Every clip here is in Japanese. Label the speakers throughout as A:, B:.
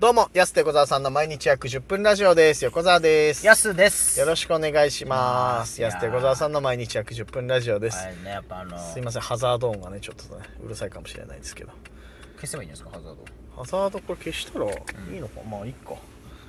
A: どうも、やす手小沢さんの毎日約10分ラジオです。横澤です。
B: やすです。
A: よろしくお願いします。
B: いや
A: や
B: ー
A: す手小沢さんの毎日約10分ラジオです。
B: はいね、やっぱあの、
A: すいません、ハザード音がね、ちょっとね、うるさいかもしれないですけど。
B: 消せばいいんじゃないですか、ハザード。
A: ハザードこれ消したらいいのか、まあ、いっか。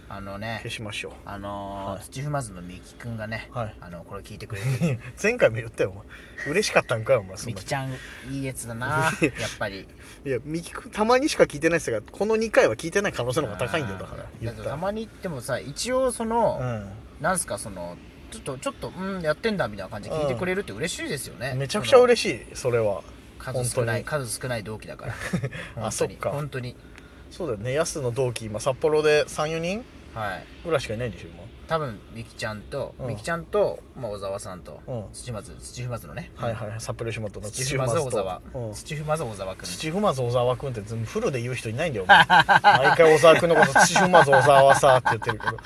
B: あの
A: 消
B: ね、
A: しましょう。
B: あのー、土踏まずのみきくんがね、
A: はい
B: あの、これ聞いてくれてる。
A: 前回も言ったよ、お前。嬉しかったんかよ、 お前。そん
B: み
A: な
B: きちゃん、いいやつ だな、やっぱり。
A: いや、ミキ君、たまにしか聞いてないですが、この2回は聞いてない可能性の方が高いんだよ、だから
B: あ。ー
A: 言った
B: だけどた
A: ら。
B: まに言ってもさ、一応その、
A: うん。
B: なんすか、その、ちょっと、ちょっと、うん、やってんだみたいな感じで聞いてくれるって嬉しいですよね。
A: めちゃくちゃ嬉しい、それは。
B: その数少ない、
A: 本
B: 数少ない同期だか ら。
A: あそっか
B: 本当に。
A: そうだよね、ヤスの同期、今、札幌で3、4人
B: はい。
A: ぐらいしかいないんでしょ、今。
B: 多分みきちゃんと、
A: うん
B: みきちゃんと、まあ、小沢さんと、
A: うん
B: 土踏まず土踏まずのね、
A: はいはいはい、サプレシモトの
B: 土踏まず小沢、
A: うん
B: 土踏まず小沢くん
A: 土踏まず小沢君って全部フルで言う人いないんだよお前毎回小沢君のこと土踏まず小沢さって言ってるけど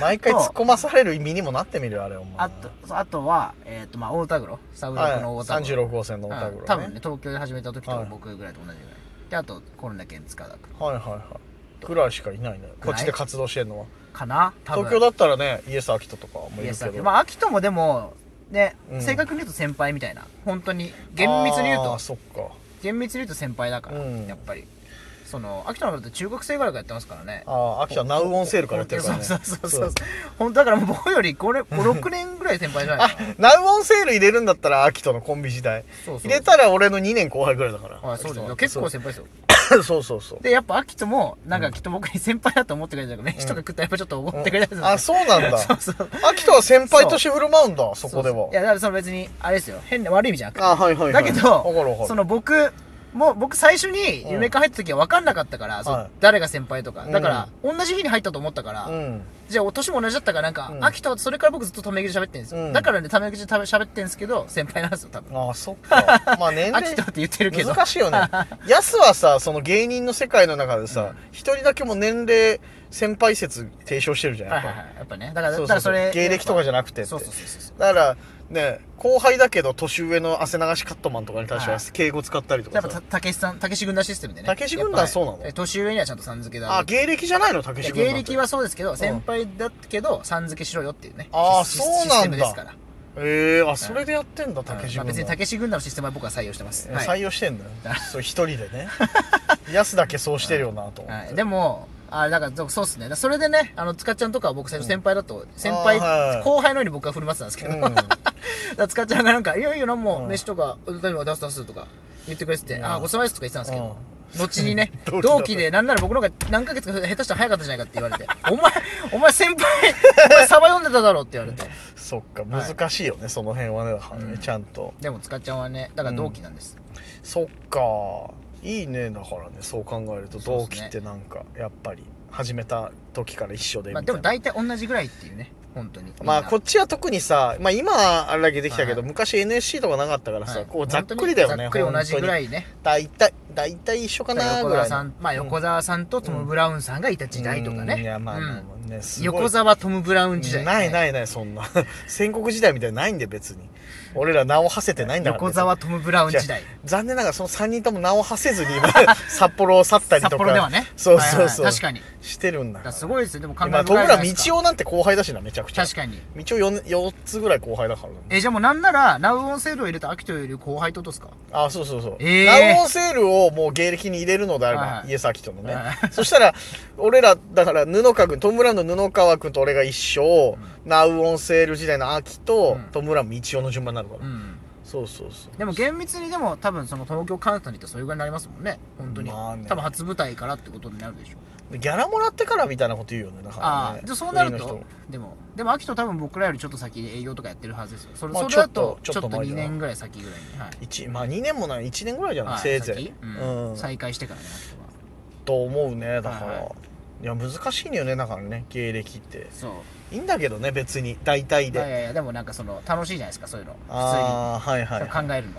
A: 毎回突っ込まされる意味にもなってみるよあれお前
B: あとそうあとは、えーとまあ、大田黒サブロ
A: は
B: ク
A: い、
B: の大田黒、
A: 36号線のオタグ
B: うん
A: ロ
B: 多分ね
A: ね
B: 東京で始めた時と
A: はい
B: 僕ぐらいと同じぐらい、であとコロナ県塚田君
A: はいはいはいぐらいしかいないねこっちで活動してんのは
B: かな多分
A: 東京だったらねイエス・アキトとかもい
B: イエ
A: る
B: ス
A: け
B: だけ
A: ど
B: どまあ秋人もでもね、
A: うん
B: 正確に言うと先輩みたいな本当に厳密に言う
A: あ
B: と
A: ーそっか
B: 厳密に言うと先輩だから、
A: うん
B: やっぱりその秋人の方って中学生ぐらいからやってますからね
A: ああアキトはナウオンセールからやってるからね
B: そうそうそうそう本当だからもう僕より56年ぐらい先輩じゃない
A: あ
B: かな
A: ナウオンセール入れるんだったらアキトのコンビ時代
B: そうそう
A: 入れたら俺の2年後輩ぐらいだから
B: はいそうですよ結構先輩ですよ
A: そうそうそうそう
B: でやっぱ秋人もなんかきっと僕に先輩だと思ってくれたから飯とか食ったらやっぱちょっとおごってくれたりするん
A: あ
B: ですよ
A: そうなんだ
B: そうそう
A: 秋人は先輩として振る舞うんだそこで
B: そう
A: は
B: そういやだからその別にあれですよ変な悪い意味じゃなくて
A: あはいはい、はい、
B: だけ
A: わか
B: ど
A: るわかる
B: その僕もう僕最初に夢館入った時は分かんなかったから、そう
A: はい
B: 誰が先輩とか、だから同じ日に入ったと思ったから、
A: うん
B: じゃあ、お年も同じだったから、なんか、
A: うん
B: 秋田はそれから僕ずっとタメ口で喋ってんですよ。
A: うん
B: だからね、タメ口で喋ってんですけど、先輩なんですよ、多分。
A: あそっ かまあ年
B: 秋
A: 齢
B: 田って言ってるけど。
A: 難しいよね ヤスはさその芸人の世界の中でさ一、人だけもう年齢先輩説提唱してるじゃん
B: は
A: や
B: い
A: っぱ、
B: はいはい。やっぱね。だから、
A: そうそ
B: だ
A: う
B: から
A: そ
B: そうれ。
A: 芸歴とかじゃなくてって
B: そうそうそうそう。
A: だからね後輩だけど年上の汗流しカットマンとかに対しては
B: は
A: 敬語使ったりと
B: や
A: か
B: っぱ、
A: さ
B: たたけしさん、たけし軍団システムでね。
A: たけし軍団
B: やっぱ
A: そうなの
B: え年上にはちゃんとさん付けだ。
A: あ芸歴じゃないのたけし軍
B: 芸
A: 団って
B: 歴はそうですけど、先輩だけど、さん付けしろよっていうね。
A: あー
B: シス
A: そうなんだ
B: システムですから。
A: ええあそれでやってんだたけし
B: まあ
A: 軍団、
B: 別にたけし軍団のシステムは僕は採用してます。は
A: 採
B: い。
A: 用してんだよ、 そう一人でね やすだけそうしてるよなと思って、
B: はい、でも、あれだから、そうっすね。だからそれでね、あの、つかちゃんとかは僕最初先輩だと、先輩、
A: あーはい
B: 後輩のように僕は振る舞ってたんですけど、
A: うん
B: だから塚ちゃんがなんか「いやいやなん
A: う
B: も
A: ん
B: 飯とか例えば出す出す」とか言ってくれてて「
A: うん
B: あごちそうさまです」とか言ってたんですけど、後 にね
A: 同期だった
B: 同期でなんなら僕の方が何ヶ月か下手したら早かったじゃないかって言わ れて「お前お前先輩お前サバ読んでただろ」って言われて
A: そっか難しいよね、その辺はねだからね、
B: うん
A: ちゃんと
B: でも塚ちゃんはねだから同期なんです、
A: そっかいいねだからねそう考えると
B: そうっ
A: 同
B: すね
A: 期ってなんかやっぱり始めた時から一緒でみ
B: ま
A: た
B: あ、
A: い
B: で
A: な、
B: も
A: まあ
B: 大体同じぐらいっていうね本当に
A: こっちは特にさ、まあ、今あれだけできたけど、
B: は
A: 昔 NSC とかなかったからさ、
B: はい
A: こうざっくりだよね
B: 本当にざっくり同じぐら
A: い
B: いね
A: 大体大体一緒か
B: 横
A: なぐら
B: 澤
A: い
B: さん、まあ、横澤さんとトム・ブラウンさんがいた時代とかね、
A: うんいやまあまあ
B: うん
A: まあね、すごい
B: 横澤トム・ブラウン時代、
A: ないないないそんな 戦国時代みたいなのないんで別に俺ら名を馳せてないんだから
B: 横澤トム・ブラウン時代
A: 別に残念ながらその3人とも名を馳せずに 札幌を去ったりとか
B: 札幌ではね
A: そうそうそう、
B: はいはいはい確かに
A: してるんだか
B: だかららすごいですよでも考え
A: 今戸
B: 深いじゃな
A: 村
B: いですか
A: 道夫なんて後輩だしなめちゃくちゃ
B: 確かに
A: 道夫 4, 4つぐらい後輩だからね
B: えじゃあもうなんならラウオン制度を入れた秋とより後輩とですか
A: あそうそうそう、
B: えー
A: ラウオンセールをもう芸歴に入れるのであれば、
B: はい
A: 家先とのね、
B: は
A: そしたら俺らだから布川君トム・ブラウンの布川君と俺が一緒、ナウオンセール時代の秋と、
B: うん
A: トム・ブラウン道夫の順番になるから、
B: うん
A: そうそうそう
B: でも厳密にでも多分その東京関西に行ったらそれぐらいになりますもんね本当に、
A: まあね
B: 多分初舞台からってことになるでしょ
A: でギャラもらってからみたいなこと言うよねだから
B: あ
A: ね
B: あじゃあそうなる
A: 売りの人
B: と
A: も
B: でもでも秋と多分僕らよりちょっと先で営業とかやってるはずですよそれ,、
A: まあ
B: それだと
A: ち
B: ち
A: ょっと
B: ょっと
A: ちょっと前だ
B: 2年ぐらい先ぐらいにはい
A: 一まあ2年もない1年ぐらいじゃない、
B: はい
A: せいぜい
B: 先、うん
A: うん
B: 再開してからね秋とは
A: と思うねだから、
B: はい
A: いや
B: は
A: 難しいのよねだからね芸歴って
B: そう
A: いいんだけどね別に大体
B: いやい
A: で
B: やいやでもなんかその楽しいじゃないですかそういうの普通に
A: ああはいはい、
B: そ
A: は
B: う
A: い
B: 考えるの、
A: い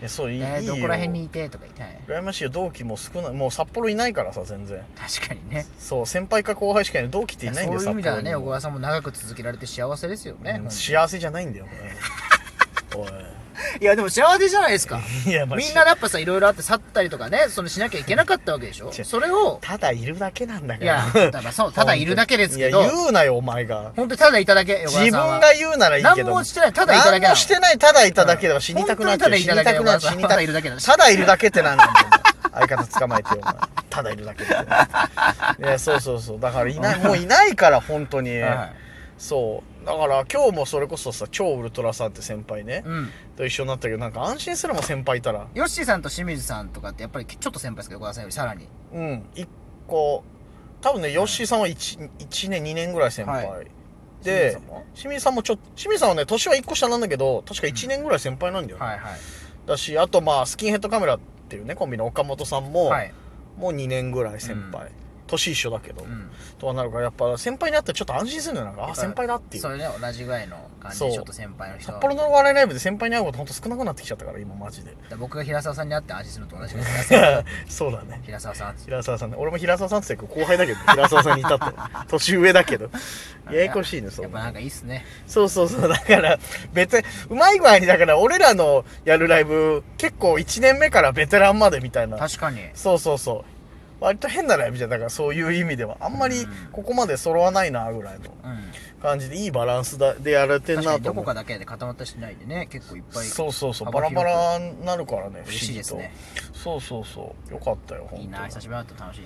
A: や、そういい,、
B: えー
A: いいよ
B: どこら辺にいてとか言ってはい
A: 羨ましいよ同期も少ないもう札幌いないからさ全然
B: 確かにね
A: そう先輩か後輩しかいない同期っていないんだよ
B: そういう意味では
A: 札
B: ね小
A: 幌
B: 川さんも長く続けられて幸せですよね、
A: にもう
B: 本当に
A: ん幸せじゃないんだよこれおい
B: いやでも幸せじゃないですか
A: いやまあ
B: みんなやっぱさいろいろあって去ったりとかねそのしなきゃいけなかったわけでしょ
A: 違う
B: それを
A: ただいるだけなんだか
B: い
A: ら
B: やだからそうただいるだけですけど
A: いや言うなよお前が
B: 本当にただいただけ横
A: 自分
B: 川さんは
A: が言うならいいけど
B: 何もしてないただいただけなの
A: 何もしてないただいただけでは死にたくなっちゃう、
B: うん
A: 死にたくなっちゃう
B: 本当に
A: 死に
B: た
A: た
B: だいただけだよお前はただいるだけだした
A: だいるだけってなんなんだよお前相方捕まえてよお前ただいるだけっていやそうそうそうだからいないもういないから本当に、
B: はい
A: そうだから今日もそれこそさ超ウルトラさんって先輩ね、
B: うん
A: と一緒になったけどなんか安心するもん先輩いたら
B: ヨッシーさんと清水さんとかってやっぱりちょっと先輩ですけど横田さんよりさらに
A: うん一個多分ねヨッシーさんは 1, 一年2年ぐらい先輩、
B: は
A: で
B: 清水さ
A: 清水さん
B: んも
A: もちょっと清水さんはね年は1個下なんだけど確か1年ぐらい先輩なんだよね、
B: はいはい
A: だしあとまあスキンヘッドカメラっていうねコンビの岡本さんも、
B: はい
A: もう2年ぐらい先輩、
B: う
A: 年一緒だけど、
B: うん
A: とはなるからやっぱ先輩になってちょっと安心するんだよなんかあ先輩だっていう
B: それね同じぐらいの感じ
A: そう
B: でちょっと先輩の人
A: 札幌のお笑いライブで先輩に会うことほんと少なくなってきちゃったから今マジで
B: 僕が平沢さんに会って安心するのと同じぐらい
A: そうだね
B: 平沢さんって
A: 平沢さんね俺も平沢さんって言って後輩だけど平沢さんにい たって年上だけどややこしいねそ
B: やっ
A: ん
B: ぱ
A: な
B: なんかいいっすね
A: そうそうそうだから別にうまい具合にだから俺らのやるライブ結構1年目からベテランまでみたいな
B: 確かに
A: そうそうそう。割と変なライブじゃん。だからそういう意味では。あんまりここまで揃わないな、ぐらいの
B: うん
A: 感じで、いいバランスだでやられてん
B: 確か
A: な
B: に
A: と
B: ど
A: 思う
B: こか。だけで固まったりしないでね結構いっぱい
A: そうそうそう。バ
B: 幅
A: ラバラ
B: 広く
A: になるからね、
B: 嬉しいですね
A: 不思議と。そうそうそう。よかったよ、本当
B: いい
A: に。
B: な久しぶりだと楽しい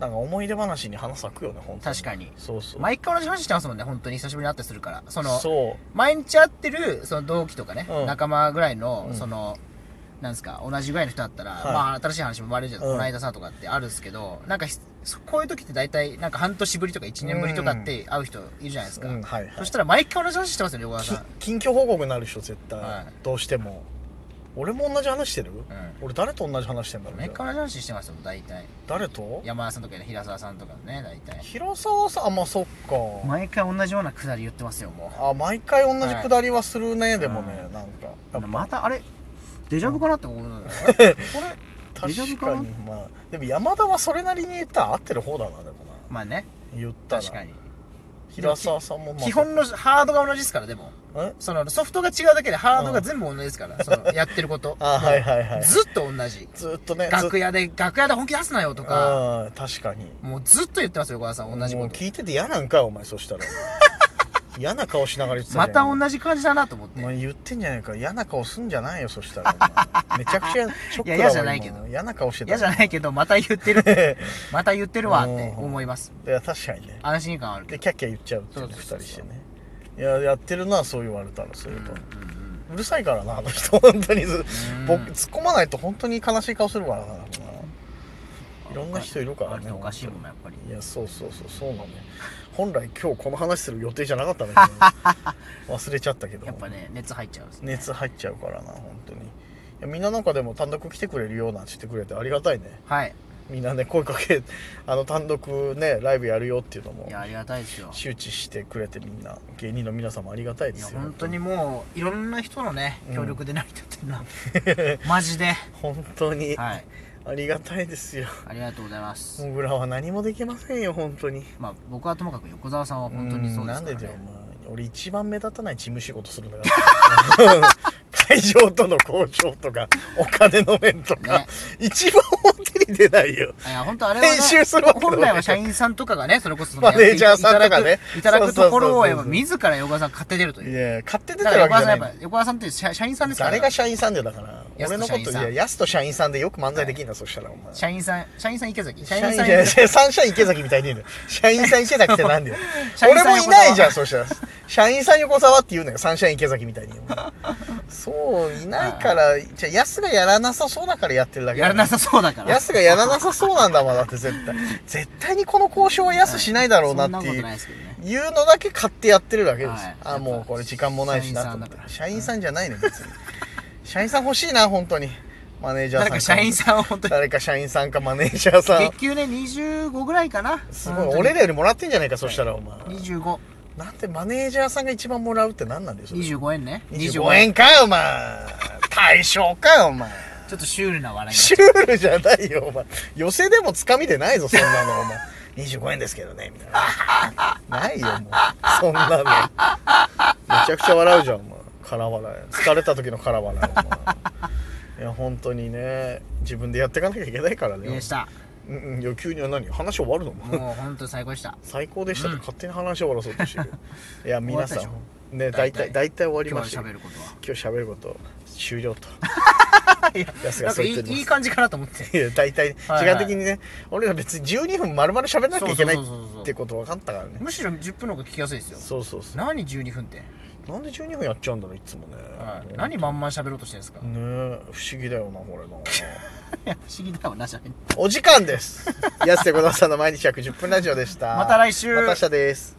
A: なんか思い出話に花咲くよね、本当に。
B: 確かに
A: そうそう。
B: 毎回同じ話してますもんね本当に久しぶりに会ったりするからその
A: そ
B: 毎日会ってるその同期とかね、
A: うん
B: 仲間ぐらいの、
A: うん
B: そのなんですか同じぐらいの人だったら、
A: い
B: まあ新しい話も生まれるじゃん、
A: うん
B: この間さとかってあるんですけどなんかひそこういう時って大体なんか半年ぶりとか1年ぶりとかって会う人いるじゃないです
A: う。
B: か、
A: うん、はいは
B: そ
A: い
B: し。たら毎回同じ話してま すよね横川
A: き
B: さん、
A: 近況報告になるでしょ、絶対
B: はい。
A: どうしても。俺も同じ話してる
B: う
A: 俺誰と同じ話してんだろ
B: ん、
A: うじ
B: 毎
A: ゃあ
B: 回同じ話してますよ大体
A: 誰と
B: 山田さんとかね平沢さんとかね大体
A: 広沢さん、あ、まあそっか。
B: 毎回同じようなくだり言ってますよも
A: あ毎回同じくだりはするね、でもね、
B: うん
A: なんかや
B: う
A: っぱ
B: またあれデジャブかなって思うのよあれこれデジャ
A: 確
B: ブ
A: か
B: か
A: にまあでも山田はそれなりに言ったら合ってる方だなでもな
B: まあね
A: 言ったら
B: 確かに
A: 平沢さんもまあ
B: 基本のハードが同じですからでも
A: え
B: そのソフトが違うだけでハードが全部同じですから、そのやってること
A: あはいはいはい
B: ずっと同じ
A: ずっとね
B: 楽
A: 屋
B: 屋で楽屋で本気出すなよと
A: あ
B: か
A: 確かに
B: もうずっと言ってますよ小川さん同じ
A: も
B: こ
A: う
B: と
A: 聞いてて嫌なんかよお前そ したら嫌な顔しながら言ってた
B: また
A: じ
B: 同じ感じだなと思っ
A: お
B: て
A: 前言ってんじゃないか嫌な顔すんじゃないよそしたらお前めちゃく ちゃショックだわ
B: いや嫌じゃない
A: 今
B: けど
A: 嫌な顔してた
B: 嫌じゃないけどまた言ってる また言ってるわって
A: うん
B: 思います
A: いや確かにね
B: 安心感あるけ
A: で
B: ど
A: キャッキャ言っちゃうっていうね
B: そう
A: 二
B: そうそう
A: 人してねいややってるなそう言われたらそういうと、
B: うんうんうん
A: うるさいからなあの人本当にず
B: ん
A: 僕突っ込まないと本当に悲しい顔するからななんかないろんな人いるから
B: 割
A: ね
B: とおかしいもんなやっぱり
A: いやそうそうそうそうなのよ本来今日この話する予定じゃなかったん だけど忘れちゃったけど
B: やっぱね熱入っちゃうんですね
A: 熱入っちゃうからな本当にいやみんななんかでも単独来てくれるようなしてくれてありがたいね
B: はい
A: みんなね声かけ あの単独ねライブやるよっていうのも
B: いやありがたいですよ
A: 周知してくれてみんな芸人の皆さんもありがたいで
B: いや
A: すよ
B: 本当にもういろんな人のね
A: うん
B: 協力で成り立ってる なマジで
A: 本当に
B: はい
A: ありがたいですよ
B: ありがとうございます
A: モグラは何もできませんよ本当に
B: まあ僕はともかく横澤さんは本当にそう
A: んな
B: ですから
A: んでだよ
B: ね
A: お前俺一番目立たない事務仕事するん だから会場との交渉とかお金の面とか、
B: ね
A: 一番表に出ないよ
B: いや本当あれはね
A: 編集するわけでも
B: 本来は社員さんとかがねそれこそその
A: マネージャーさんとかね
B: いただくいただくところを
A: そうそうそうそう
B: やっぱ自ら横澤さん買って出ると
A: い
B: いう
A: や買って出
B: だ
A: て
B: か
A: る
B: ら
A: わ
B: 横
A: けじゃなんい
B: 澤さやっぱ横澤さんって社社員さんですから
A: 誰が社員さんだよだから
B: やす
A: 俺
B: と
A: のことい
B: 社員さん
A: ややすと社員さんでよく漫才できるな、そしたらお前
B: 社員さん社員さん池崎社員さん。
A: いやい やサンシャイン池崎みたいに言うんだよ。社員さん池崎ってなんだよ
B: 社員
A: 俺
B: さん
A: も
B: 横澤
A: いないじゃん、そしたら。社員さん横沢って言うのよ、サンシャイン池崎みたいに。そう、いないから、じゃあ、ヤスがやらなさそうだからやってるだけ
B: や
A: だ
B: ら
A: よ。
B: なさそうだから
A: ヤスがやらなさそうなんだもん、だって絶対。絶対にこの交渉はヤスしないだろうなって
B: そんな
A: い
B: こと
A: う
B: ない。ですけどね
A: 言うのだけ買ってやってるだけです。
B: はい
A: あ、もうこれ時間もないしなと思って。
B: 社
A: 社
B: 員
A: 員さんじゃないね、別に。社員さん欲しいな、本当に。マネージャーさん
B: なん
A: か
B: か社員さんは 本当に
A: 誰か社員さんかマネージャーさん
B: 月。給ね25ぐらいかな
A: すごい俺らよりもらってんじゃないかそしたらお前
B: 2525
A: なんでマネージャーさんが一番もらうって何なんだよそれ
B: 円ね
A: 25円かよお前大将かよお前
B: ちょっとシュールな笑い
A: シュールじゃないよお前寄せでもつかみでないぞそんなのお前25円ですけどねみたいなないよもうそんなのめちゃくちゃ笑うじゃんお前空笑い疲れた時の空笑いお前いや本当にね自分でやっていかなきゃいけないからね
B: でした
A: うんうんいや急には何話終わるの
B: もう本当最高でした
A: 最高でしたって、
B: うん
A: 勝手に話を終わらそうとして るいや皆さ
B: 終わった
A: んね大体大体終わり
B: 今
A: まし
B: 日
A: た
B: 喋
A: よ
B: ることは
A: 今日喋ること終了と
B: いや
A: 安
B: な
A: が
B: んか
A: そう
B: い
A: 言っております
B: いいい感じかなと思って
A: いや大体時
B: はい
A: 間的にね、俺ら別に12分丸々喋んなきゃいけない
B: そうそうそうそう
A: ってこと分かったからね
B: むしろ10分の方が聞きやすいですよ
A: そうそうそう
B: 何12分って、
A: なんで12分やっちゃうんだろういつもね、
B: はい、何まんま喋ろうとしてるんですか、
A: ねえ不思議だよなこれな
B: いや 不思議だわなじゃ
A: お時間です安手小沢さんの毎日約10分ラジオでした
B: また来週
A: また明日です